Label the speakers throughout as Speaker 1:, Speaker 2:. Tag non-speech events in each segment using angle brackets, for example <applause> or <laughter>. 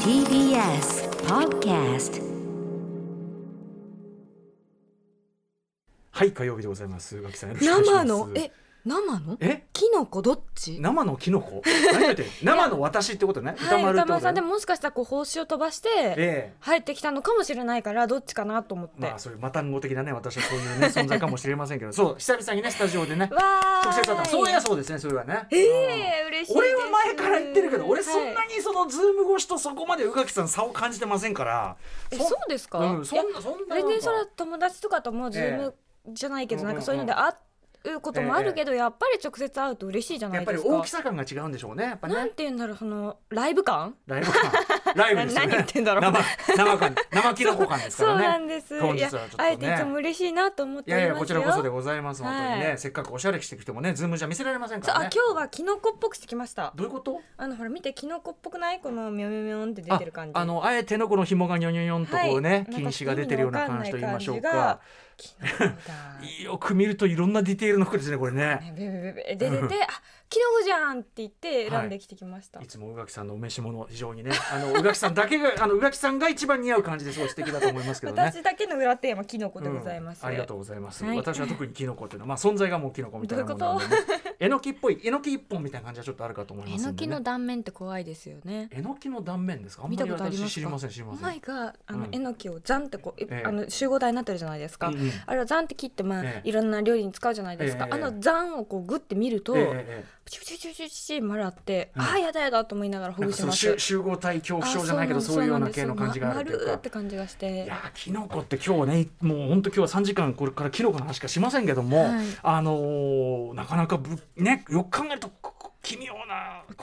Speaker 1: TBS Podcast
Speaker 2: はい火曜日でございます浮気さんよろしくお願いしま
Speaker 3: 生
Speaker 2: す
Speaker 3: のえ生の
Speaker 2: え
Speaker 3: キノコどっち
Speaker 2: 生のキノコ <laughs> 何言ってんの生の私ってことね
Speaker 4: はい、歌
Speaker 2: 丸ってこ
Speaker 4: 丸
Speaker 2: とだ
Speaker 4: さんで
Speaker 2: ね
Speaker 4: ももしかしたらこう報酬を飛ばして
Speaker 2: ええ
Speaker 4: 入ってきたのかもしれないからどっちかなと思って、
Speaker 2: まあそういうマタン語的なね私はそういうね存在かもしれませんけどそう久々にねスタジオでね
Speaker 4: わー
Speaker 2: 直接会ったそういや
Speaker 4: す
Speaker 2: そうですねそれはね
Speaker 4: ええ嬉しいです
Speaker 2: 俺は前から言ってるけど俺そん
Speaker 4: は
Speaker 2: ないにそのズーム越しとそこまで宇垣さん差を感じてませんから
Speaker 4: え
Speaker 2: そん
Speaker 4: そうですか、
Speaker 2: うんそんなそんなな
Speaker 4: 全
Speaker 2: んか
Speaker 4: 然それは友達とかともズームじゃないけど、
Speaker 2: ええ
Speaker 4: なんかそういうので会うこともあるけど、やっぱり直接会うと嬉しいじゃな
Speaker 2: やっ
Speaker 4: い
Speaker 2: ぱ
Speaker 4: で
Speaker 2: り
Speaker 4: すか
Speaker 2: 大きさ感が違うんでしょうねやっぱ
Speaker 4: なん
Speaker 2: ね
Speaker 4: て言うんだろうそのライブ感
Speaker 2: ライブ感ライブですよね
Speaker 4: <laughs> な何言ってんだろう
Speaker 2: 生生感生キノコ感ですか
Speaker 4: <laughs> そう
Speaker 2: らね
Speaker 4: なんです、
Speaker 2: 本
Speaker 4: い
Speaker 2: 日は
Speaker 4: や
Speaker 2: ちょっとね
Speaker 4: 会えていつも嬉しいなと思っ
Speaker 2: い
Speaker 4: てお
Speaker 2: やい
Speaker 4: り
Speaker 2: や
Speaker 4: ま
Speaker 2: こ
Speaker 4: す
Speaker 2: ち
Speaker 4: よ
Speaker 2: らこそでございます本当にね、
Speaker 4: はい
Speaker 2: せっかくおしゃれしてきてもねズームじゃ見せられませんか
Speaker 4: そう
Speaker 2: ら
Speaker 4: あ
Speaker 2: ね
Speaker 4: 今日はキノコっぽくしてきました
Speaker 2: どういうこと
Speaker 4: あのほら見てキノコっぽくないこのミョンミョンミョンって出
Speaker 2: あ
Speaker 4: てる感じ
Speaker 2: あのあえてのこの紐がニョニョニョンとこうね、禁止が出てるような感じと言いましょうかよく見るといろんなディテールの服ですねこれね
Speaker 4: ベベベベで出てて「あキノコじゃん!」って言って選んできてきました、
Speaker 2: いつも宇垣さんのお召し物非常にねあの宇垣さんだけがあの宇垣さんが一番似合う感じですごい素敵だと思いますけど
Speaker 4: <laughs>
Speaker 2: ね
Speaker 4: 私だけの裏テーマキノコでございます、
Speaker 2: うんありがとうございます、
Speaker 4: はい
Speaker 2: 私は特にキノコというのは、まあ、存在がもうキノコみたいなものなんで、ね、 <laughs> えのきっぽいえのき一本みたいな感じはちょっとあるかと思いま
Speaker 4: え
Speaker 2: す
Speaker 4: の
Speaker 2: んで、
Speaker 4: き
Speaker 2: ね、
Speaker 4: の断面って怖いですよね
Speaker 2: えのきの断面ですかあんま
Speaker 4: 見た
Speaker 2: り
Speaker 4: ことありますか
Speaker 2: 私知りません知りません、
Speaker 4: 前があの、
Speaker 2: うん
Speaker 4: えのきをザンってこう、い
Speaker 2: ええ
Speaker 4: あの集合体になってるじゃないですか、
Speaker 2: うんうん
Speaker 4: あれはザンって切って、まあ
Speaker 2: ええ
Speaker 4: いろんな料理に使うじゃないですか、
Speaker 2: ええ
Speaker 4: あのザンをこうグッて見ると、
Speaker 2: ええええ
Speaker 4: プチプチプチプチプチ丸あって、
Speaker 2: うん
Speaker 4: ああやだやだと思いながらほ
Speaker 2: なん
Speaker 4: ぐ
Speaker 2: か
Speaker 4: し
Speaker 2: その
Speaker 4: ます
Speaker 2: 集集合体恐怖症じゃないけどそういうような系の感じがあるという
Speaker 4: ま
Speaker 2: か
Speaker 4: るって感じがし
Speaker 2: い
Speaker 4: て
Speaker 2: やーキノコって今日ねもう本当今日は3時間これからキノコの話しかしませんけども、
Speaker 4: はい
Speaker 2: あのーなかなかぶねよく考えるとここ奇妙なこ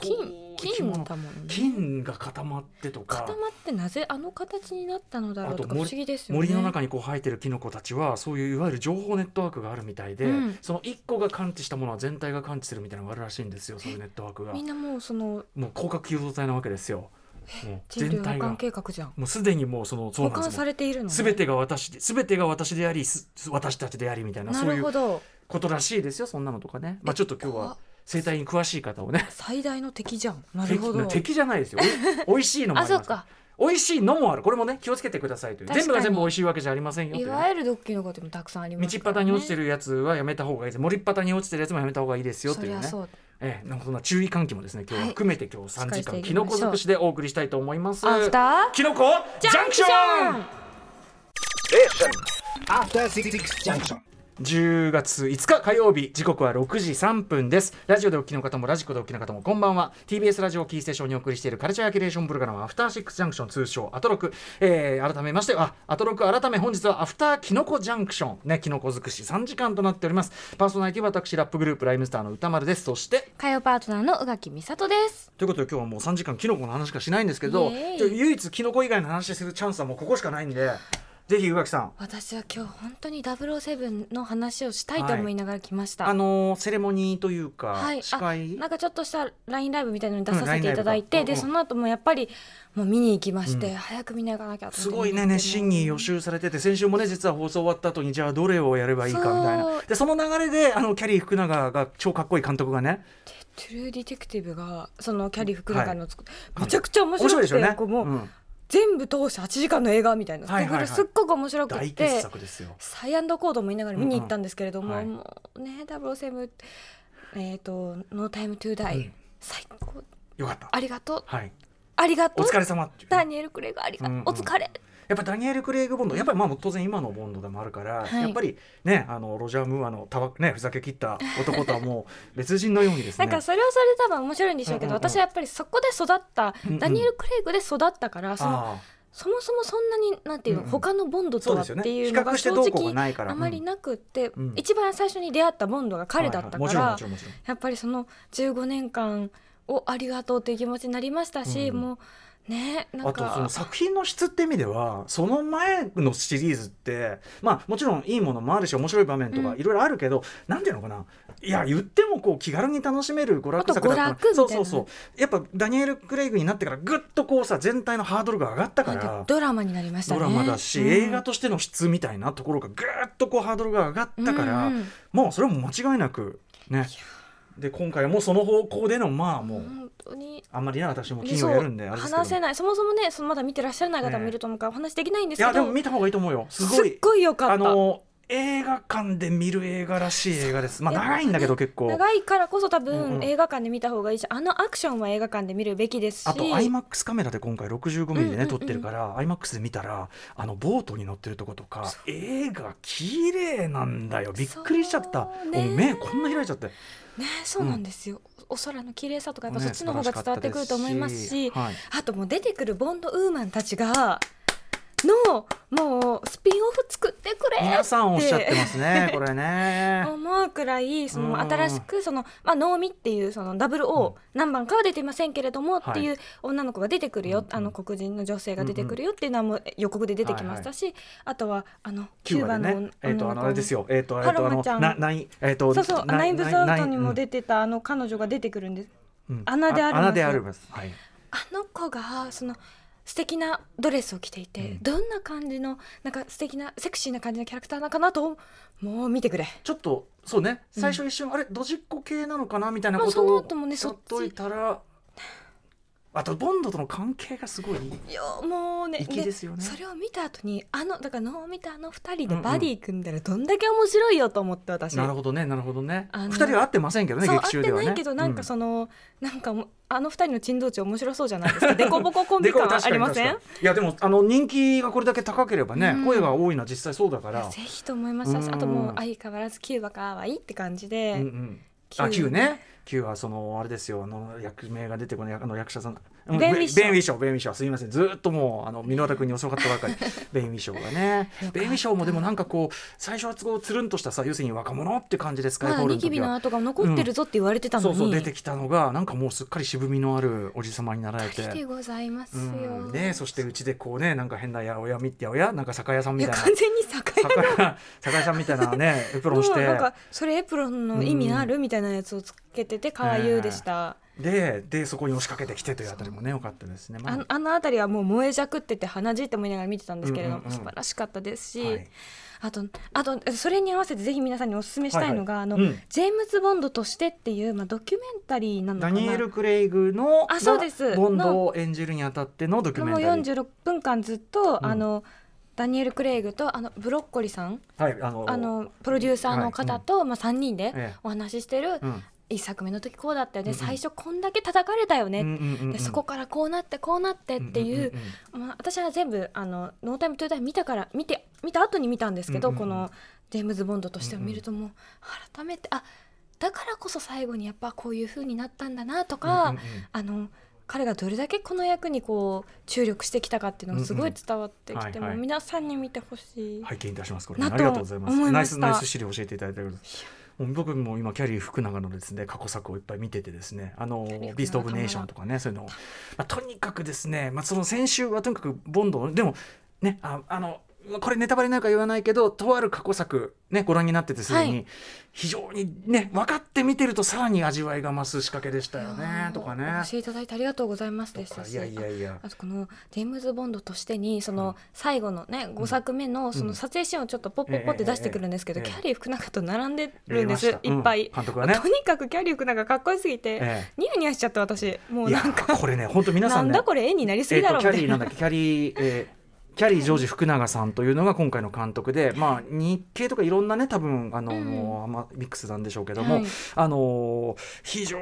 Speaker 4: 金
Speaker 2: う生き
Speaker 4: 金
Speaker 2: 物
Speaker 4: だもんね
Speaker 2: 金が固まってとか
Speaker 4: 固まってなぜあの形になったのだろうと
Speaker 2: あ
Speaker 4: か
Speaker 2: と
Speaker 4: 不
Speaker 2: 森
Speaker 4: 思議ですよね
Speaker 2: 森の中にこう生えてるキノコたちはそういういわゆる情報ネットワークがあるみたいで、
Speaker 4: うん
Speaker 2: その1個が感知したものは全体が感知するみたいなのがあるらしいんですよそういうネットワークが
Speaker 4: みんなもうその
Speaker 2: もう広角機動隊なわけですよもう
Speaker 4: 人類
Speaker 2: 全
Speaker 4: 保
Speaker 2: 体が
Speaker 4: 管計画じゃん
Speaker 2: もうすでにもうそのそ
Speaker 4: 保
Speaker 2: うなんで
Speaker 4: 管
Speaker 2: すよ
Speaker 4: されているのね
Speaker 2: すべてが私で、すべてが私であり、す私たちでありみたいな、
Speaker 4: な
Speaker 2: そうい
Speaker 4: るほ
Speaker 2: う
Speaker 4: ど
Speaker 2: ことらしいですよ、そんなのとかね。まあ、ちょっと今日
Speaker 4: 怖
Speaker 2: は
Speaker 4: っ
Speaker 2: 生態に詳しい方をね。
Speaker 4: 最大の敵じゃんなるほど
Speaker 2: 敵敵じゃないですよ。おい美味しいのもあ
Speaker 4: あ
Speaker 2: り
Speaker 4: そ
Speaker 2: ま
Speaker 4: う
Speaker 2: す。
Speaker 4: か
Speaker 2: 美味しいのもある。これもね、気をつけてくださいという。
Speaker 4: 確か
Speaker 2: 全
Speaker 4: に
Speaker 2: 部が全部美味しいわけじゃありませんよとい
Speaker 4: いう
Speaker 2: ね。
Speaker 4: わゆるドッキリのこともたくさんあり
Speaker 2: 道
Speaker 4: ますから、ね、
Speaker 2: 端に落ちてるやつはやめた方がいいです。森っ端に落ちてるやつもやめた方がいいですよと
Speaker 4: そ
Speaker 2: い
Speaker 4: り
Speaker 2: う
Speaker 4: ゃ
Speaker 2: ね。
Speaker 4: そう
Speaker 2: ええ、なんかそんな注意喚起もですね、今日は含めて今日3
Speaker 4: はい
Speaker 2: 時間、
Speaker 4: しっかりしてい
Speaker 2: キ
Speaker 4: きましょ
Speaker 2: ノ
Speaker 4: う
Speaker 2: コ尽くしでお送りしたいと思います。
Speaker 4: アフター
Speaker 2: キノコジャンクション
Speaker 5: After Six Junction.
Speaker 2: 10月5日火曜日時刻は6時3分ですラジオでお聞きの方もラジコでお聞きの方もこんばんは TBS ラジオキーステーションにお送りしているカルチャーキュレーションプログラムアフターシックスジャンクション通称アトロク、えー改めましてあアトロク改め本日はアフターキノコジャンクションねキノコ尽くし3時間となっておりますパーソナリティは私ラップグループライムスターの歌丸ですそして
Speaker 4: 火曜パートナーの宇垣美里です
Speaker 2: ということで今日はもう3時間キノコの話しかしないんですけど
Speaker 4: イエーイ
Speaker 2: ちょ唯一キノコ以外の話するチャンスはもうここしかないんでぜひ宇垣さん
Speaker 4: 私は今日本当に007の話をしたいと思いながら来ました、
Speaker 2: あのーセレモニーというか、
Speaker 4: はい、
Speaker 2: 司
Speaker 4: あ
Speaker 2: 会
Speaker 4: なんかちょっとした LINE ライブみたいなのに出させていただい
Speaker 2: うん
Speaker 4: て
Speaker 2: LINE ライ
Speaker 4: で
Speaker 2: ブか
Speaker 4: その後もやっぱりもう見に行きまして、
Speaker 2: うん
Speaker 4: 早く見に行かなきゃと
Speaker 2: す
Speaker 4: 思
Speaker 2: ご
Speaker 4: って
Speaker 2: いね熱心に予習されてて先週もね実は放送終わった後にじゃあどれをやればいいかみたい
Speaker 4: そ
Speaker 2: な
Speaker 4: う
Speaker 2: でその流れであのキャリー福永が超かっこいい監督がね
Speaker 4: トゥルーディテクティブがそのキャリー福永の作っめちゃくちゃ面
Speaker 2: 面白
Speaker 4: 白
Speaker 2: い
Speaker 4: く
Speaker 2: でしてょうね、
Speaker 4: こうもう
Speaker 2: うん
Speaker 4: 全部通して8時間の映画みたいな、
Speaker 2: はいはいは
Speaker 4: それ
Speaker 2: い
Speaker 4: がすっごく面白く
Speaker 2: 大
Speaker 4: って
Speaker 2: 傑作ですよ
Speaker 4: サイアンドコードも言いながら見に行ったんですけれども、
Speaker 2: うんうんはい
Speaker 4: もうね007えっ、と「ノータイムトゥーダイ、
Speaker 2: うん
Speaker 4: 最高
Speaker 2: よかった
Speaker 4: ありがとう
Speaker 2: はい
Speaker 4: ありがと
Speaker 2: お
Speaker 4: う
Speaker 2: 疲れ様っていう
Speaker 4: ダニエル・クレイがありがとう、
Speaker 2: うんうん
Speaker 4: お疲れ
Speaker 2: やっぱダニエル・クレイグ・ボンドやっぱりまあ当然今のボンドでもあるから、
Speaker 4: はい
Speaker 2: やっぱりねあのロジャー・ムーアのたわ、ね、ふざけ切った男とはもう別人のようにです
Speaker 4: な
Speaker 2: ね
Speaker 4: んかそれはそれで多分面白いんでしょうけど、
Speaker 2: うんうんうん
Speaker 4: 私はやっぱりそこで育った、
Speaker 2: うんうん
Speaker 4: ダニエル・クレイグで育ったからその
Speaker 2: ああ
Speaker 4: そもそもそんなになんていうの、
Speaker 2: うんうん
Speaker 4: 他のボンド
Speaker 2: そう
Speaker 4: とは
Speaker 2: で
Speaker 4: っ
Speaker 2: すよね
Speaker 4: てい
Speaker 2: 比
Speaker 4: うの
Speaker 2: 較
Speaker 4: が
Speaker 2: して
Speaker 4: 正
Speaker 2: どうこうが
Speaker 4: 直
Speaker 2: ないから
Speaker 4: あまり
Speaker 2: うん
Speaker 4: なくって、
Speaker 2: うん
Speaker 4: 一番最初に出会ったボンドが彼だったから、
Speaker 2: はいはいもちろんもちろんもちろん
Speaker 4: やっぱりその15年間をありがとうという気持ちになりましたし、
Speaker 2: うん
Speaker 4: もうねな
Speaker 2: あ
Speaker 4: ん
Speaker 2: とそ
Speaker 4: か
Speaker 2: の作品の質って意味ではその前のシリーズってまあもちろんいいものもあるし面白い場面とか
Speaker 4: うん
Speaker 2: いろいろあるけど、なんていうのかないや言ってもこう気軽に楽しめる娯楽作だった
Speaker 4: あと娯楽みたいな
Speaker 2: そうそうそうやっぱダニエル・クレイグになってからぐっとこうさ全体のハードルが上がったか。
Speaker 4: なんからドラマになりました
Speaker 2: ド
Speaker 4: ね
Speaker 2: ラマだし、
Speaker 4: うん
Speaker 2: 映画としての質みたいなところがぐーっとこうハードルが上がったから、
Speaker 4: うんうん
Speaker 2: もうそれはもう間違いなくねで今回はもうその方向でのまあもう
Speaker 4: 当に
Speaker 2: あんまりね私も金
Speaker 4: そ
Speaker 2: 曜
Speaker 4: う
Speaker 2: やるんであれですけど
Speaker 4: 話せないそもそもねそのまだ見てらっしゃらない方
Speaker 2: ええ
Speaker 4: もいると思うからお話できないんで
Speaker 2: い
Speaker 4: すけど
Speaker 2: やでも見た方がいいと思うよす
Speaker 4: す
Speaker 2: ご
Speaker 4: っ
Speaker 2: い
Speaker 4: ごいよかった
Speaker 2: あの映画館で見る映画らしい映画ですまあ
Speaker 4: そう
Speaker 2: 長いんだけど結構
Speaker 4: 長いからこそ多
Speaker 2: うんう
Speaker 4: 分
Speaker 2: ん
Speaker 4: 映画館で見た方がいいし、あのアクションは映画館で見るべきですし
Speaker 2: あと IMAX カメラで今回 65mm で
Speaker 4: うんうんう
Speaker 2: ね
Speaker 4: ん
Speaker 2: 撮ってるから IMAX で見たらあのボートに乗ってるとことか映画綺麗なんだよびっくりしちゃった
Speaker 4: そうね
Speaker 2: もう目こんな開いちゃって
Speaker 4: ねそうなんですよ、お空の綺麗さとかやっぱそっちの方が伝わってくると思いますし,、
Speaker 2: ね素晴らかったですし
Speaker 4: あともう出てくるボンドウーマンたちがのもうスピンオフ作ってくれ
Speaker 2: はい、皆さんおっしゃってますねこれね
Speaker 4: 思うくらいそ
Speaker 2: うん
Speaker 4: の新しくその、まあ、能見っていうそのダブル
Speaker 2: うん
Speaker 4: O 何番かは出ていませんけれどもっ
Speaker 2: はい
Speaker 4: ていう女の子が出てくるよ、
Speaker 2: うんうん
Speaker 4: あの黒人の女性が出てくるよっていうのはもう予告で出てきましたし、あとはあのキ
Speaker 2: キ
Speaker 4: ュ
Speaker 2: ュー
Speaker 4: ーバ
Speaker 2: バでね
Speaker 4: の、
Speaker 2: えっ、と、あの、あれです
Speaker 4: よ
Speaker 2: よ、えっ、と、えっ、と、
Speaker 4: パ
Speaker 2: あ
Speaker 4: ロ
Speaker 2: の
Speaker 4: マちゃ、ん
Speaker 2: な、ない、えっ、と、
Speaker 4: そうそうナインブサウトにも出
Speaker 2: て、
Speaker 4: てたあの彼女が出てくるんです
Speaker 2: うん
Speaker 4: 穴である
Speaker 2: 穴であるます。はい。
Speaker 4: あの子がその素敵なドレスを着ていて、
Speaker 2: うん
Speaker 4: どんな感じのなんか素敵なセクシーな感じのキャラクターなのかなともう見てくれ
Speaker 2: ちょっと、そうね、最初一瞬、あれ、ドジっ子系なのかなみたいな
Speaker 4: ま
Speaker 2: こと
Speaker 4: あその
Speaker 2: を。
Speaker 4: 後もね
Speaker 2: やっといたら。あと、ボンドとの関係がすごい。
Speaker 4: いやもうね
Speaker 2: 粋ですよね
Speaker 4: それを見た後にあのだから能を見たあの二人でバディ組んだらどんだけ面白いよと思って私、
Speaker 2: なるほどね、なるほどね。
Speaker 4: あの
Speaker 2: 二人は会ってませんけどね、
Speaker 4: そう
Speaker 2: 劇
Speaker 4: 合
Speaker 2: 中
Speaker 4: っ
Speaker 2: で
Speaker 4: て
Speaker 2: は
Speaker 4: な
Speaker 2: ね。
Speaker 4: いけど、なんか
Speaker 2: の、
Speaker 4: そのなんかもうあの二人の珍道中面白そうじゃない
Speaker 2: <laughs>
Speaker 4: ですかデコボココンビ
Speaker 2: でこれ
Speaker 4: 感
Speaker 2: 確か
Speaker 4: あ
Speaker 2: に
Speaker 4: りません
Speaker 2: 確かにいやでもあの人気がこれだけ高ければね、
Speaker 4: うん
Speaker 2: 声が多いのは実際そうだから、
Speaker 4: ぜひと思いましたしあと
Speaker 2: う
Speaker 4: もうん相変わらずキューバかわいいって感じ
Speaker 2: う
Speaker 4: で、
Speaker 2: んうん、あ、
Speaker 4: キュ
Speaker 2: 九
Speaker 4: ー
Speaker 2: ね。九はそのあれですよ。あの役名が出てこないあの役者さん。うん
Speaker 4: ベンウィッショー
Speaker 2: ベンウィッショー、ベンウィッショー。すみません。ずーっともうあのミノラ君に教わった
Speaker 4: <laughs>
Speaker 2: ばかり。ベンウィッショーがね
Speaker 4: よかっ。た
Speaker 2: ベンウィッショーもでもなんかこう最初はこうつるんとしたさ、要するに若者って感じでスカイ
Speaker 4: ま
Speaker 2: フォ
Speaker 4: だ
Speaker 2: ール
Speaker 4: ニ
Speaker 2: の
Speaker 4: キ
Speaker 2: 時
Speaker 4: ビの
Speaker 2: は。
Speaker 4: 跡が残ってるぞって言われてたの
Speaker 2: そ
Speaker 4: に、
Speaker 2: うそう出てきたのがなんかもうすっかり渋みのあるおじさまになられ
Speaker 4: きて
Speaker 2: て。
Speaker 4: ございます
Speaker 2: う
Speaker 4: よ、
Speaker 2: ん、ねそしてうちでこうねなんか変な八百屋み八百屋なんか酒屋さん
Speaker 4: い
Speaker 2: み
Speaker 4: や
Speaker 2: たいな
Speaker 4: 完全に酒屋
Speaker 2: 酒屋酒屋さんみたい
Speaker 4: <laughs>
Speaker 2: なねエプロンして。
Speaker 4: のなんかそれエプロンの意味あるみたいなやつをつけてて可愛いでした、
Speaker 2: ででそこに押しかけてきてというあたりもね良かったですね。まあ
Speaker 4: あのあの辺りはもう燃えじゃくってて鼻血って思いながら見てたんですけれども、
Speaker 2: うんうんうん
Speaker 4: 素晴らしかったですし、
Speaker 2: はい
Speaker 4: あとあとそれに合わせてぜひ皆さんにお勧めしたいのが、
Speaker 2: はい
Speaker 4: あ
Speaker 2: はい
Speaker 4: の
Speaker 2: うん
Speaker 4: ジェームズ・ボンドとしてっていう、まあ、ドキュメンタリーなのか
Speaker 2: ダ
Speaker 4: な
Speaker 2: ニエル・クレイグの
Speaker 4: あそうです
Speaker 2: がボンドを演じるにあたってのドキュメン
Speaker 4: もう
Speaker 2: タリー。
Speaker 4: 46分間ずっと、
Speaker 2: うん
Speaker 4: あのダニエル・クレイグとあのブロッコリさん
Speaker 2: はい、あの
Speaker 4: あのプロデューサーの方と、まあ、3人で
Speaker 2: ええ
Speaker 4: お話ししてる
Speaker 2: うん
Speaker 4: 一作目の時こうだったよね、
Speaker 2: うんうん
Speaker 4: 最初こんだけ叩かれたよね、
Speaker 2: うんうんうんうん
Speaker 4: でそこからこうなってこうなってっていう,、
Speaker 2: んんんん
Speaker 4: まあ、私は全部あの「ノータイム・トゥ・タイム」見たから見て見た後に見たんですけど、
Speaker 2: うんうんうん
Speaker 4: このジェームズ・ボンドとしてを見るともう改めてあだからこそ最後にやっぱこういう風になったんだなとか、
Speaker 2: うんうんうん
Speaker 4: あの彼がどれだけこの役にこう注力してきたかっていうのがすごい伝わってきて、
Speaker 2: うんうんはいはい
Speaker 4: もう皆さんに見てほしい。
Speaker 2: 拝見いたしますこれ、
Speaker 4: な
Speaker 2: あ
Speaker 4: と
Speaker 2: りがとうございます
Speaker 4: 思い
Speaker 2: ナイ
Speaker 4: ま
Speaker 2: ス
Speaker 4: した
Speaker 2: ナイス資料教えていただいてありがとうございますもう僕も今キャリー福永のですね過去作をいっぱい見ててですねあの
Speaker 4: リー
Speaker 2: ビーストオブネーションとかねそういうのを、まあ、とにかくですねまあその先週はとにかくボンドのでもねああのまあこれネタバレなんか言わないけどとある過去作ねご覧になっててすでに、
Speaker 4: は
Speaker 2: 非常にね分かって見てるとさらに味わいが増す仕掛けでしたよ
Speaker 4: いや
Speaker 2: ね
Speaker 4: ー
Speaker 2: とかね
Speaker 4: お教えいただいてありがとうございます
Speaker 2: と
Speaker 4: でした
Speaker 2: かい
Speaker 4: し
Speaker 2: やいやいや
Speaker 4: あとこのジェームズ・ボンドとしてにそ
Speaker 2: うん
Speaker 4: の最後のね5作目のそ
Speaker 2: うん
Speaker 4: の撮影シーンをちょっとポッポッポっ
Speaker 2: ええ
Speaker 4: て
Speaker 2: ええ
Speaker 4: 出してくるんですけど、
Speaker 2: ええ
Speaker 4: キャリー福永と並んで
Speaker 2: や
Speaker 4: る
Speaker 2: り
Speaker 4: ん
Speaker 2: ま
Speaker 4: で
Speaker 2: し
Speaker 4: す
Speaker 2: た
Speaker 4: いっぱい
Speaker 2: うん、監督はね
Speaker 4: とにかくキャリー福永かっこよすぎて、
Speaker 2: え
Speaker 4: ニヤニヤしちゃって私も
Speaker 2: え
Speaker 4: う
Speaker 2: いや
Speaker 4: なん
Speaker 2: ー
Speaker 4: か
Speaker 2: これね本当皆
Speaker 4: な
Speaker 2: さん
Speaker 4: ん
Speaker 2: ね
Speaker 4: だこれ絵になりすぎだろ
Speaker 2: え
Speaker 4: みた
Speaker 2: っとキャリ
Speaker 4: い
Speaker 2: ー
Speaker 4: な
Speaker 2: な
Speaker 4: ん
Speaker 2: だっけキャリー、えーキャリージョージ福永さんというのが今回の監督で、まあ、日系とかいろんなね多分あのーまあミックスなんでしょうけども、
Speaker 4: はい
Speaker 2: あのー非常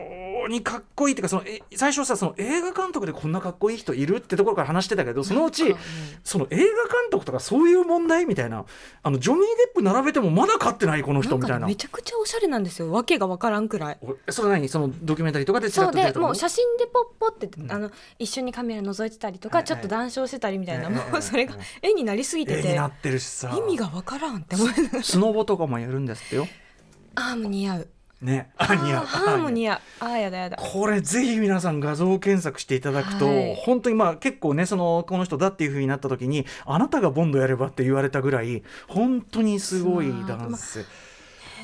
Speaker 2: にかっこいいっていうかそのえ最初さその映画監督でこんなかっこいい人いるってところから話してたけどそのうちその映画監督とかそういう問題みたいなあのジョニー・デップ並べてもまだ勝ってないこの人
Speaker 4: なん
Speaker 2: み
Speaker 4: か
Speaker 2: たい
Speaker 4: ね
Speaker 2: な。
Speaker 4: めちゃくちゃおしゃれなんですよわけがわからんくらい。
Speaker 2: おそれ何そのドキュメンタリーとかでちら
Speaker 4: そう
Speaker 2: っと出
Speaker 4: で
Speaker 2: てたの
Speaker 4: もう写真でポッポって、
Speaker 2: ん
Speaker 4: あの一緒にカメラ覗いてたりと
Speaker 2: は
Speaker 4: か
Speaker 2: い
Speaker 4: ちょっと談笑してたりみたいな、
Speaker 2: はい
Speaker 4: もうそれが絵になりすぎて
Speaker 2: 絵
Speaker 4: て
Speaker 2: になってるしさ
Speaker 4: 意味がわからんって
Speaker 2: <laughs>
Speaker 4: 思う
Speaker 2: スノボとかもやるんですってよ。
Speaker 4: ああもう似合う
Speaker 2: ね、
Speaker 4: あ
Speaker 2: あ似合う
Speaker 4: ーハーモニアあーやだやだ
Speaker 2: これぜひ皆さん画像検索していただくと、
Speaker 4: はい
Speaker 2: 本当にまあ結構ねそのこの人だっていう風になった時にあなたがボンドやればって言われたぐらい本当にすごいダンス、
Speaker 4: え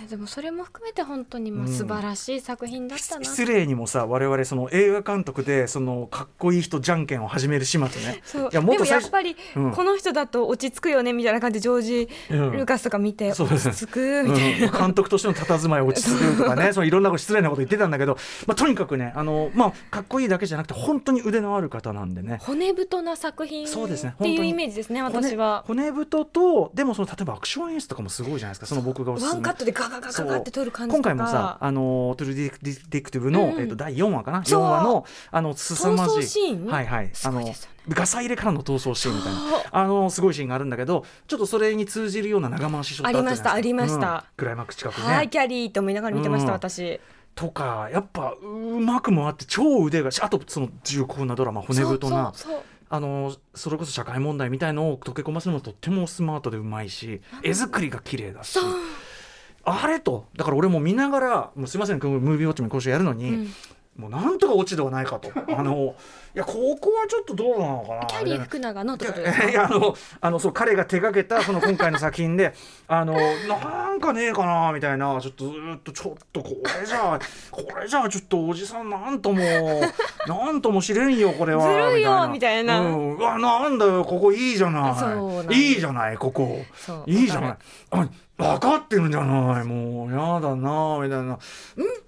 Speaker 4: でもそれも含めて本当にまあ
Speaker 2: うん
Speaker 4: 素晴らしい作品だったな、
Speaker 2: 失礼にもさ我々その映画監督でそのかっこいい人じゃんけんを始める始末ね
Speaker 3: そう
Speaker 2: いや
Speaker 3: で
Speaker 2: も
Speaker 3: も
Speaker 2: っと最
Speaker 3: や
Speaker 2: 初
Speaker 3: っぱり
Speaker 2: うん
Speaker 3: この人だと落ち着くよねみたいな感じでジョージ・
Speaker 2: うん
Speaker 3: ルーカスとか見て
Speaker 2: そう
Speaker 3: 落
Speaker 2: です
Speaker 3: ち着くみたいな、
Speaker 2: うん監督としての佇まい落ち着くとかねそのいろんなこと失礼なこと言ってたんだけど、まあ、とにかくねあの、まあ、かっこいいだけじゃなくて本当に腕のある方なんでね
Speaker 4: 骨太な作品っ
Speaker 2: そうですね
Speaker 4: て
Speaker 2: 本
Speaker 4: い
Speaker 2: 当
Speaker 4: う
Speaker 2: に
Speaker 4: イメージですね私は
Speaker 2: 骨骨太とでもその例えばアクション演出とかもすごいじゃないですかその僕がおす
Speaker 3: ワ
Speaker 2: す
Speaker 3: ン
Speaker 2: め
Speaker 3: カットでガガガガガって撮る感じ
Speaker 2: 今
Speaker 3: とか
Speaker 2: 回もさ「あのトゥルーディティティクティブの」
Speaker 4: うんうん
Speaker 2: えっと第4話かな4
Speaker 3: そう
Speaker 2: 話のあの凄ま
Speaker 3: 闘
Speaker 2: じ
Speaker 3: 争
Speaker 2: い
Speaker 3: シーン、
Speaker 2: はいはい、あ
Speaker 4: すごい
Speaker 2: の
Speaker 4: ですよね
Speaker 2: ガサ入れからの闘争シーンみたいな
Speaker 3: そう
Speaker 2: あのすごいシーンがあるんだけどちょっとそれに通じるような長回しショットったじゃないですか
Speaker 3: ありましたありました
Speaker 2: うんクライマックス近くね、
Speaker 3: はいキャリーと思いながら見てました、
Speaker 2: うん
Speaker 3: 私
Speaker 2: とかやっぱうまくもあって超腕がしあとその重厚なドラマ骨太な
Speaker 4: そうそう
Speaker 2: あのそれこそ社会問題みたいのを溶け込ませるのもとってもスマートでうまいし絵作りが綺麗だし
Speaker 4: そう
Speaker 2: あれとだから俺も見ながらもうすいませんこのムービーウォッチも今週やるのに、
Speaker 4: うん
Speaker 2: もうなんとか落ちではないかとあのいやここはちょっとどうなのかな
Speaker 4: キャリー
Speaker 2: みたいな
Speaker 4: 福永のってこと
Speaker 2: い
Speaker 4: で
Speaker 2: や
Speaker 4: すか
Speaker 2: <laughs> いやあのあのそう彼が手がけたその今回の作品で <laughs> あのなんかねえかなみたいなちょっとずーっとちょっとこれじゃこれじゃちょっとおじさんなんともなんとも知れんよこれは
Speaker 3: ずるいよみたいな
Speaker 2: うん、うわなんだよここいいじゃ
Speaker 4: そうなん
Speaker 2: な
Speaker 4: だ
Speaker 2: いいいじゃないここ
Speaker 3: そう
Speaker 2: <laughs> いいじゃないあ分かってるんじゃないもうやだなみたいな「ん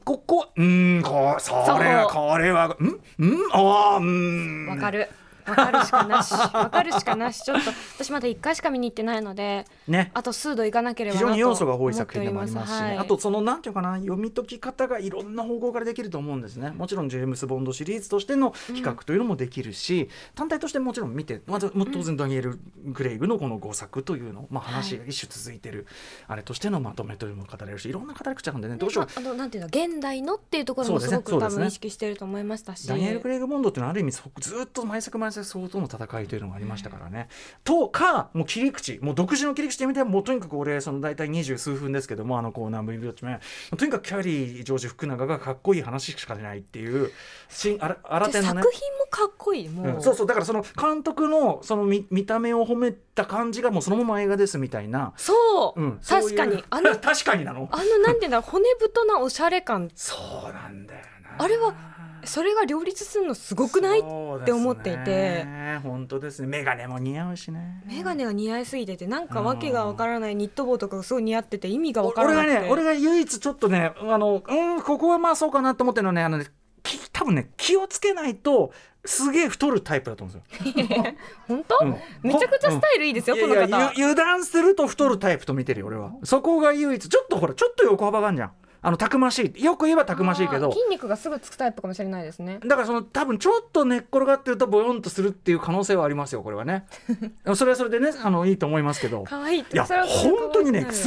Speaker 2: ここうんこそれは
Speaker 3: そ
Speaker 2: これはんんああうん
Speaker 4: わかるわかるしかなしわかるしかなしちょっと私まだ一回しか見に行ってないので
Speaker 2: ね
Speaker 4: あと数度行かなければ
Speaker 2: 非
Speaker 4: なと思
Speaker 2: 常に要素が多い作品でもあ
Speaker 4: っ
Speaker 2: り
Speaker 4: てお
Speaker 2: ますしね、
Speaker 4: はい
Speaker 2: あとそのなんていうかな読み解き方がいろんな方向からできると思うんですねもちろんジェームス・ボンドシリーズとしての比較というのもできるし、単体としてもちろん見てまずもう当然ダニエル・グレイグのこの5作というの、まあ、話が一種続いてる、あれとしてのまとめというのも語られるしいろんな語り口なんでねどうしよう
Speaker 4: まああのなんていうの現代のっていうところも
Speaker 2: そうですすね
Speaker 4: ごく
Speaker 2: そう
Speaker 4: 多
Speaker 2: ですね
Speaker 4: 分意識してると思いましたし、
Speaker 2: ダニエル・クレイグ・ボンドっていうのはある意味そずっと毎作毎作相当の戦いというのがありましたからね。とかもう切り口もう独自の切り口で見てもうとにかく俺その大体二十数分ですけどもあのコーナー v ビオチメとにかくキャリージョージ福永がかっこいい話しか出ないっていう新あら新
Speaker 3: で
Speaker 2: 手のね
Speaker 3: 作。品もかっこいいもう、
Speaker 2: うんそうそうだからその監督のその見見た目を褒めた感じがもうそのまま映画ですみたいな、
Speaker 3: そう
Speaker 2: うん、そう
Speaker 3: 確
Speaker 2: いう
Speaker 3: かにあの
Speaker 2: <laughs> 確かになの
Speaker 3: あのなんていうんだろう骨太なおしゃれ感
Speaker 2: そうなんだよな
Speaker 3: あれはそれが両立するのすごくないって思ってい
Speaker 2: そう
Speaker 3: て
Speaker 2: ですね本当ですね眼鏡も似合うしね
Speaker 3: 眼鏡が似合いすぎててなんかわけがわからないニット帽とかがすごい似合ってて意味がわ
Speaker 2: お
Speaker 3: から
Speaker 2: 俺
Speaker 3: な
Speaker 2: が
Speaker 3: くて
Speaker 2: ね俺が唯一ちょっとねあのうんここはまあそうかなと思ってるのはねあのねき多分ね気をつけないとすげえ太るタイプだと思うんですよ。
Speaker 3: 本当、
Speaker 2: うん
Speaker 3: めちゃくちゃスタイルいいですよ、
Speaker 2: いや
Speaker 3: この
Speaker 2: い
Speaker 3: 方
Speaker 2: やゆ油断すると太るタイプと見てるよ俺はそこが唯一ちょっとほらちょっと横幅があるじゃんあのたくましいよく言えばたくましいけ
Speaker 3: あ
Speaker 2: ど
Speaker 3: ー筋肉がすぐつくタイプかもしれないですね
Speaker 2: だからその多分ちょっと寝っ転がってるとボヨンとするっていう可能性はありますよこれはねでもそれはそれでねあのいいと思いますけど
Speaker 3: 可愛いっ
Speaker 2: い
Speaker 3: て
Speaker 2: や
Speaker 3: それは
Speaker 2: 本当にねスー
Speaker 3: ス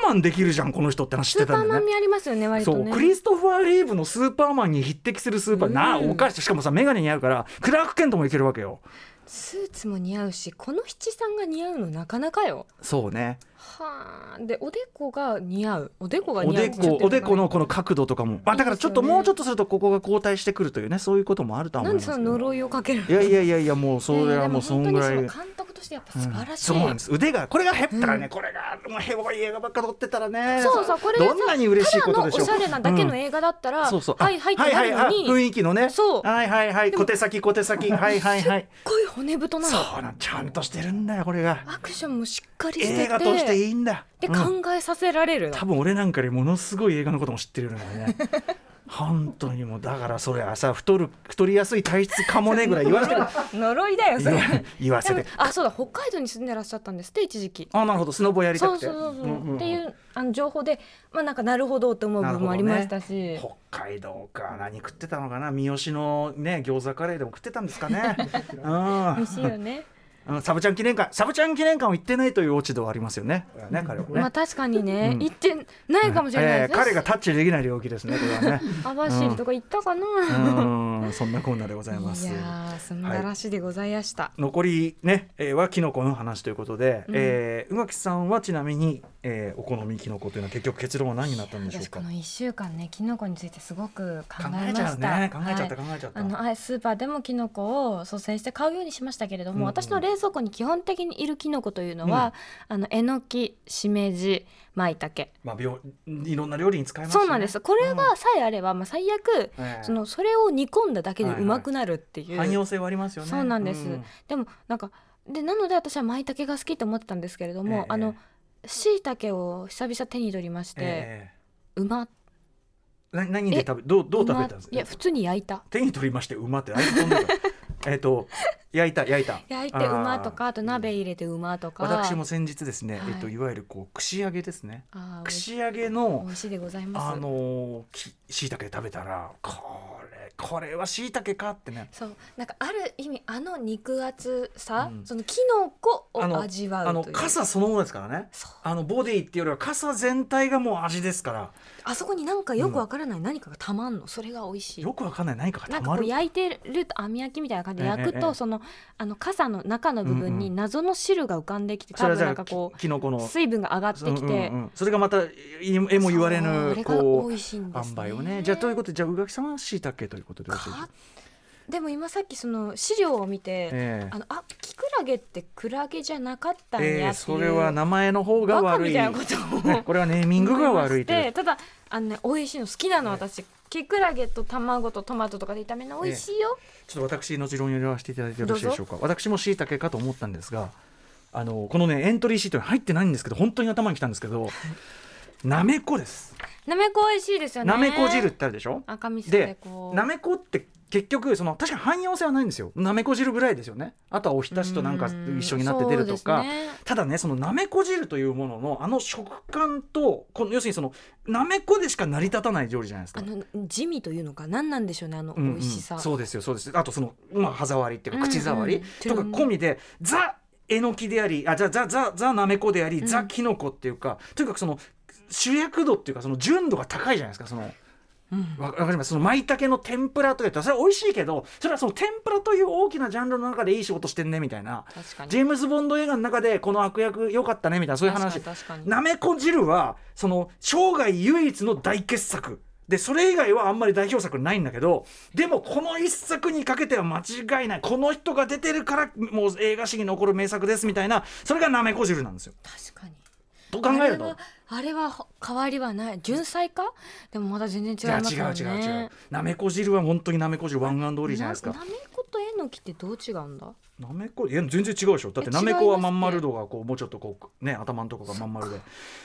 Speaker 2: パーマンできるじゃんこの人って話して
Speaker 4: スー
Speaker 2: た
Speaker 4: パ
Speaker 2: ん
Speaker 4: ー
Speaker 2: だ
Speaker 4: マ
Speaker 2: よ
Speaker 4: ン
Speaker 2: ね
Speaker 4: 味ありますよね割と
Speaker 2: そう
Speaker 4: ね
Speaker 2: クリストファー・リーブのスーパーマンに匹敵するスーパーなあおかしいしかもさ眼鏡似合うからクラーク・ケントもいけるわけよ
Speaker 3: スーツも似合うしこの七三が似合うのなかなかよ
Speaker 2: そうね
Speaker 3: はあでおでこが似合うおでこが
Speaker 2: お
Speaker 3: 似合う
Speaker 2: でこおでこのこの角度とかもあだからちょっと
Speaker 3: いいですよね
Speaker 2: もうちょっとするとここが後退してくるというねそういうこともあるとは
Speaker 3: な
Speaker 2: 思
Speaker 3: ん
Speaker 2: い
Speaker 3: で
Speaker 2: ます
Speaker 3: そ
Speaker 2: け
Speaker 3: の
Speaker 2: ど
Speaker 3: 呪いをかける
Speaker 2: いやいやいやいやもうそれ
Speaker 3: いや
Speaker 2: はもうそんぐら
Speaker 3: で
Speaker 2: い
Speaker 3: も本当にその監督としてやっぱ素晴らしい、
Speaker 2: そうなんです腕がこれがへったらねこれがもうへぼい映画ばっか撮ってたらね
Speaker 4: そうそうこれがさ
Speaker 2: どんなに嬉しいことでしょう
Speaker 4: ただのおしゃれなだけ
Speaker 2: う
Speaker 4: の
Speaker 2: ん
Speaker 4: 映画だったら、
Speaker 2: そうそうあ
Speaker 4: はいはいってなるの
Speaker 2: はいはいあ雰
Speaker 4: に
Speaker 2: 囲気のね
Speaker 4: そう
Speaker 2: はいはいはい小手先小手先はいはいはい
Speaker 4: すっごい骨太なの
Speaker 2: そうなんちゃんとしてるんだよこれが
Speaker 4: アクションもしっかりしてて
Speaker 2: 映画としていいんだ
Speaker 4: で
Speaker 2: うん
Speaker 4: 考えさせられるの、
Speaker 2: 多分俺なんかよりものすごい映画のことも知ってるよね <laughs> 本当にもうだからそれはさ太る太りやすい体質かもねぐらい言わせて
Speaker 4: <laughs>
Speaker 3: 呪いだよそ
Speaker 2: 言
Speaker 3: れ
Speaker 2: わ言わせて
Speaker 4: でもあそうだ北海道に住んでらっしゃったんですって一時期
Speaker 2: あなるほどスノボやりた
Speaker 4: そう
Speaker 2: くて
Speaker 4: そうそうそう、
Speaker 2: んんん
Speaker 4: っていうあの情報でまあなんかなるほどと思う部分もありましたし、
Speaker 2: 北海道か何食ってたのかな三好のね餃子カレーでも食ってたんですか
Speaker 4: <laughs>
Speaker 2: ね
Speaker 4: 美
Speaker 2: う
Speaker 4: 味しいよね
Speaker 2: んうんサブちゃん記念館サブちゃん記念館を行ってないという落ち度はありますよねこれはね彼はね
Speaker 4: まあ確かにね、
Speaker 2: うん
Speaker 4: 行ってないかもしれない
Speaker 2: え
Speaker 4: で
Speaker 2: ー
Speaker 4: す、
Speaker 2: 彼がタッチできない領域ですねこれはね
Speaker 4: 網走とか行ったかな、 <laughs>
Speaker 2: うんそんなこんなでございます
Speaker 3: いやー素晴らしいでございました、
Speaker 2: 残りね、えーはキノコの話ということで、えー宇垣さんはちなみに、えーお好みきのこというのは結局結論は何になったんでしょう
Speaker 4: 私こ
Speaker 2: か
Speaker 4: の1週間ねきのこについてすごく考
Speaker 2: 考
Speaker 4: えま
Speaker 2: えちゃう
Speaker 4: した
Speaker 2: ね考えちゃった
Speaker 4: はい
Speaker 2: 考えちゃった、
Speaker 4: あのあスーパーでもきのこを率先して買うようにしましたけれども、
Speaker 2: うんうん
Speaker 4: 私の冷蔵庫に基本的にいるきのこというのは、あのえのきしめじまいたけ
Speaker 2: まあ病いろんな料理に使えますね
Speaker 4: そうなんですこれがさえあれば、まあ、最悪
Speaker 2: ええ
Speaker 4: そのそれを煮込んだだけで
Speaker 2: はいうはい
Speaker 4: まくなるっていう、
Speaker 2: 汎用性はありますよね
Speaker 4: そうなんです
Speaker 2: うん
Speaker 4: でもなんかでなので私は舞茸が好きと思ってたんですけれども、
Speaker 2: ええ
Speaker 4: あのしいたけを久々手に取りまして、
Speaker 2: え
Speaker 4: うま
Speaker 2: えな何で食べどうどう
Speaker 4: う
Speaker 2: 食
Speaker 4: ま
Speaker 2: べたんです
Speaker 4: いや普通に焼いた
Speaker 2: 手に取りまして馬ってあれ飛んでた <laughs> えっと焼いた焼いた
Speaker 4: 焼いてうまとかあと鍋入れてうまとか
Speaker 2: 私も先日ですね、
Speaker 4: はい
Speaker 2: い、えっといわゆるこう串揚げですね
Speaker 4: あー美味し
Speaker 2: 串揚げ
Speaker 4: 美
Speaker 2: の
Speaker 4: 味しいでございます
Speaker 2: あのしいたけ食べたらこれこれはしいたけかってね
Speaker 4: そうなんかある意味あの肉厚さ、
Speaker 2: うん
Speaker 4: そのきのこ
Speaker 2: あの
Speaker 4: を味わ
Speaker 2: あ
Speaker 4: う
Speaker 2: の
Speaker 4: という
Speaker 2: 傘そのものですからね
Speaker 4: そう
Speaker 2: あのボディっていうよりは傘全体がもう味ですから
Speaker 4: あそこになんかよくわからない何かがたまんのそれが美味しい
Speaker 2: よくわかんない何かが
Speaker 4: な
Speaker 2: た
Speaker 4: んか
Speaker 2: ま
Speaker 4: こ
Speaker 2: る
Speaker 4: う焼いてると網焼きみたいな感じで焼く
Speaker 2: えええ
Speaker 4: と
Speaker 2: え
Speaker 4: そのあの傘の中の部分
Speaker 2: う
Speaker 4: に
Speaker 2: ん
Speaker 4: 謎の汁が浮かんできて
Speaker 2: そ
Speaker 4: 多
Speaker 2: れは
Speaker 4: 分な
Speaker 2: じゃ
Speaker 4: ん
Speaker 2: あ
Speaker 4: か
Speaker 2: き
Speaker 4: こ
Speaker 2: きのこ
Speaker 4: う
Speaker 2: の
Speaker 4: 水分が上がってき
Speaker 2: うんうん
Speaker 4: て
Speaker 2: うんそれがまたいえも言われ
Speaker 4: そうあ
Speaker 2: ぬ
Speaker 4: れが
Speaker 2: こ
Speaker 4: 美
Speaker 2: う
Speaker 4: 味しいんです
Speaker 2: 塩
Speaker 4: ね
Speaker 2: 梅をねじゃあということでじゃあ宇垣さんはしいたけということでよろしいでしょう
Speaker 4: かでも今さっきその資料を見て、
Speaker 2: ええ
Speaker 4: あのあキクラゲってクラゲじゃなかったんやっていう、
Speaker 2: ええそれは名前の方
Speaker 4: バ
Speaker 2: が
Speaker 4: カ
Speaker 2: 悪い
Speaker 4: みたいなことを
Speaker 2: <laughs> ねこれはネーミングが悪いと
Speaker 4: と
Speaker 2: いう
Speaker 4: ただあのね美味しいの好きなの私、キクラゲと卵とトマトとかで炒めるの美味しいよ、
Speaker 2: ちょっと私の持論を言わせていただいてよろしいでしょうか私もしいたけかと思ったんですがあのこのねエントリーシートに入ってないんですけど本当に頭にきたんです
Speaker 4: <laughs>
Speaker 2: けどなめこです
Speaker 4: なめこ美味しいですよね
Speaker 2: なめこ汁ってあるでしょ
Speaker 4: 赤味噌
Speaker 2: で
Speaker 4: でこう
Speaker 2: なめこって結局その確かに汎用性はないんですよなめこ汁ぐらいですよねあとはおひたしとなんか一緒になって出るとか、
Speaker 4: うんそうですね
Speaker 2: ただねそのなめこ汁というもののあの食感とこの要するにそのなめこでしか成り立たない料理じゃないですか
Speaker 4: あ。の地味というのか何なんでしょうねあの
Speaker 2: う
Speaker 4: 美
Speaker 2: んうん
Speaker 4: 味しさ、
Speaker 2: そうですよそうですあとその、まあ、歯触りっていうか
Speaker 4: うんうん
Speaker 2: 口触りとか込みで、ザえのきでありあじゃあザザザなめこであり、
Speaker 4: うん
Speaker 2: ザきのこっていうかとにかくその主役度っていうかその純度が高いじゃないですかその
Speaker 4: うん
Speaker 2: わわかりますその舞茸の天ぷらとか言ったらそれは美味しいけどそれはその天ぷらという大きなジャンルの中でいい仕事してんねみたいな
Speaker 4: 確かに
Speaker 2: ジェームズ・ボンド映画の中でこの悪役良かったねみたいなそういう話
Speaker 4: 確かに確かに
Speaker 2: なめこ汁はその生涯唯一の大傑作でそれ以外はあんまり代表作ないんだけどでもこの一作にかけては間違いないこの人が出てるからもう映画史に残る名作ですみたいなそれがなめこ汁なんですよ。
Speaker 4: 確かに
Speaker 2: と考えると。
Speaker 4: あれはあれは変わりはない純菜かでもまだ全然違
Speaker 2: いや
Speaker 4: います
Speaker 2: 違
Speaker 4: よ
Speaker 2: う
Speaker 4: ね
Speaker 2: 違う違うなめこ汁は本当になめこ汁ワンアンドオリーじゃないですか
Speaker 4: なめことえのきってどう違うんだ
Speaker 2: なめこいや全然違うでしょだって
Speaker 4: え
Speaker 2: なめこは
Speaker 4: 違いますって
Speaker 2: まん丸度がこうもうちょっとこうね頭のとこがまん丸でい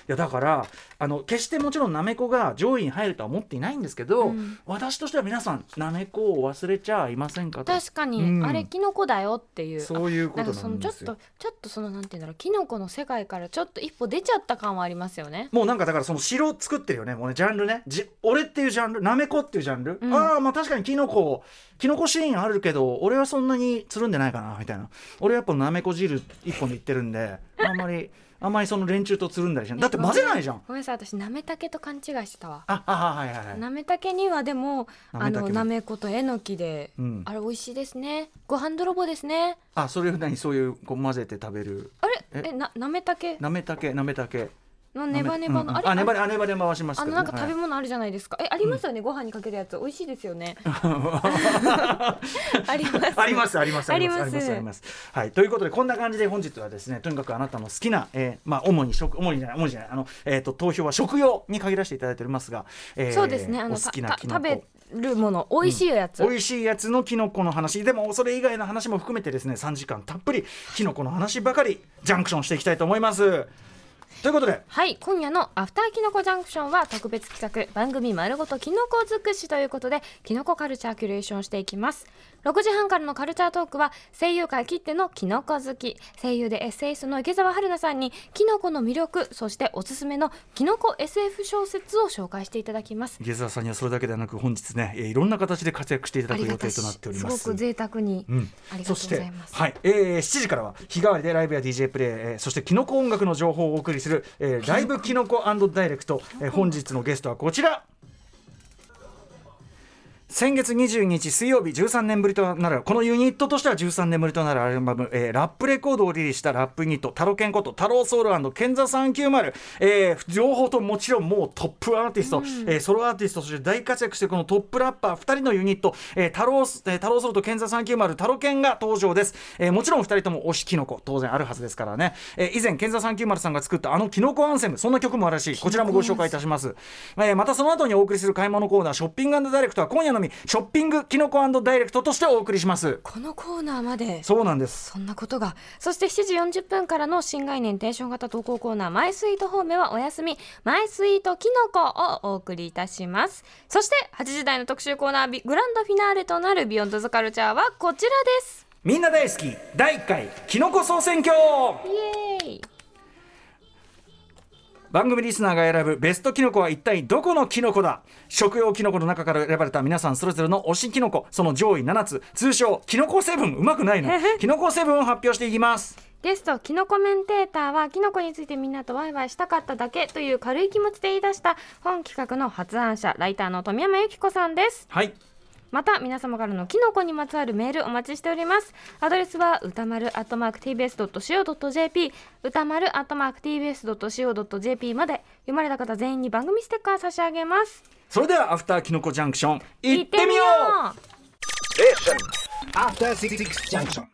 Speaker 2: やだからあの決してもちろんなめこが上位に入るとは思っていないんですけど、
Speaker 4: うん
Speaker 2: 私としては皆さんなめこを忘れちゃいませんかと
Speaker 4: 確かに、
Speaker 2: うん
Speaker 4: あれキノコだよっていう
Speaker 2: そういうこ
Speaker 4: なん
Speaker 2: と
Speaker 4: かそ
Speaker 2: なん
Speaker 4: のち
Speaker 2: で
Speaker 4: ょっ
Speaker 2: すよ
Speaker 4: とちょっとそのなんて言うんだろうキノコの世界からちょっと一歩出ちゃった感はありますよね。
Speaker 2: もうなんかだからその城作ってるよねもうねジャンルねじ俺っていうジャンルなめこっていうジャンル、
Speaker 4: うん
Speaker 2: ああまあ確かにキノコキノコシーンあるけど俺はそんなにつるんでないかなみたいな俺はやっぱなめこ汁一本でいってるん
Speaker 4: <laughs>
Speaker 2: であんまりあんまりその連中とつるんだりしないだって混ぜないじゃん
Speaker 4: ごめんなさい私なめたけと勘違いしてたわ。
Speaker 2: あ、あはいはいはい。
Speaker 4: なめたけにはでもあ
Speaker 2: なめ茸
Speaker 4: の
Speaker 2: も
Speaker 4: なめことえのきで、
Speaker 2: うん
Speaker 4: あれ美味しいですね。ご飯泥棒ですね。
Speaker 2: あ、それを何そういうこう混ぜて食べる。
Speaker 4: あれえ
Speaker 2: え
Speaker 4: ななめたけ
Speaker 2: なめたけ、なめたけ。
Speaker 4: のネバネバの、
Speaker 2: うんうん
Speaker 4: あれ
Speaker 2: あ、ネバネ、あ、ネバネ回します
Speaker 4: あ
Speaker 2: け
Speaker 4: の
Speaker 2: どね。
Speaker 4: なんか食べ
Speaker 2: はい
Speaker 4: 物あるじゃないですか。えありますよね、ご飯にかけるやつ美味しいですよ
Speaker 2: <laughs>
Speaker 4: ね。あります。
Speaker 2: ありますありますありますあ
Speaker 4: あ
Speaker 2: り
Speaker 4: り
Speaker 2: ま
Speaker 4: ます
Speaker 2: すありますはいということでこんな感じで本日はですねとにかくあなたの好きな、えー、まあ主に食主にじゃない主にじゃないあのえっ、と投票は食用に限らせていただいておりますが、えー
Speaker 4: そうですね。あ
Speaker 2: お
Speaker 4: の
Speaker 2: 好
Speaker 4: た
Speaker 2: き
Speaker 4: た
Speaker 2: なキノ
Speaker 4: 食
Speaker 2: コ
Speaker 4: べるもの美味しいやつ。
Speaker 2: 美味しいやつのキノコの話でもそれ以外の話も含めてですね3時間たっぷりキノコの話ばかりジャンクションしていきたいと思いますということで
Speaker 4: はい今夜の「アフターキノコジャンクション」は特別企画番組「丸ごとキノコ尽くし」ということでキノコカルチャーキュレーションしていきます6時半からのカルチャートークは声優界きってのキノコ好き声優でエッセイストの池澤春菜さんにキノコの魅力そしておすすめのキノコ SF 小説を紹介していただきます
Speaker 2: 池澤さんにはそれだけではなく本日ね、えーいろんな形で活躍していただ
Speaker 4: あ
Speaker 2: く
Speaker 4: り
Speaker 2: 予
Speaker 4: がた
Speaker 2: 定
Speaker 4: し
Speaker 2: となっておりますす。
Speaker 4: ごく贅沢に、
Speaker 2: うん
Speaker 4: ありがと
Speaker 2: そうし
Speaker 4: ご
Speaker 2: て
Speaker 4: ざいます
Speaker 2: はいえー、7時からは日替わりでライブや DJ プレイ、えーそしてキノコ音楽の情報をお送りする、えーライブキノコダイレクト、えー本日のゲストはこちら先月22日水曜日13年ぶりとなるこのユニットとしては13年ぶりとなるアルバム、えーラップレコードをリリースしたラップユニットタロケンことタローソウルケンザ390、えー両方とももちろんもうトップアーティスト、えーソロアーティストとして大活躍しているこのトップラッパー2人のユニット、えータローえータローソウルとケンザ390タロケンが登場です、えーもちろん2人とも推しキノコ当然あるはずですからね、えー以前ケンザ390さんが作ったあのキノコアンセムそんな曲もあるらしいこちらもご紹介いたします、えーまたその後にお送りする買い物コーナーショッピングダイレクトは今夜のみショッピングキノコダイレクトとしてお送りします
Speaker 4: このコーナーまで
Speaker 2: そうなんです
Speaker 4: そんなことがそして7時40分からの新概念テンション型投稿コーナー「マイスイート方面はお休みマイスイートキノコ」をお送りいたしますそして8時台の特集コーナービグランドフィナーレとなる「ビヨンドザカルチャーはこちらです
Speaker 2: みんな大好き第1回キノコ総選挙
Speaker 4: イエーイ
Speaker 2: 番組リスナーが選ぶベストキノコは一体どこのキノコだ食用キノコの中から選ばれた皆さんそれぞれの推しキノコその上位7つ通称キノコセブンうまくないなキノコセブンを発表していきます
Speaker 4: ゲストキノコメンテーターはキノコについてみんなとワイワイしたかっただけという軽い気持ちで言い出した本企画の発案者ライターの富山由紀子さんです
Speaker 2: はい
Speaker 4: また皆様からのキノコにまつわるメールお待ちしておりますアドレスは歌丸アットマーク tbs.co.jp 歌丸アットマーク tbs.co.jp まで読まれた方全員に番組ステッカー差し上げます
Speaker 2: それではアフターキノコジャンクション
Speaker 4: い
Speaker 2: 行ってみよう
Speaker 4: う
Speaker 5: After Six Junction.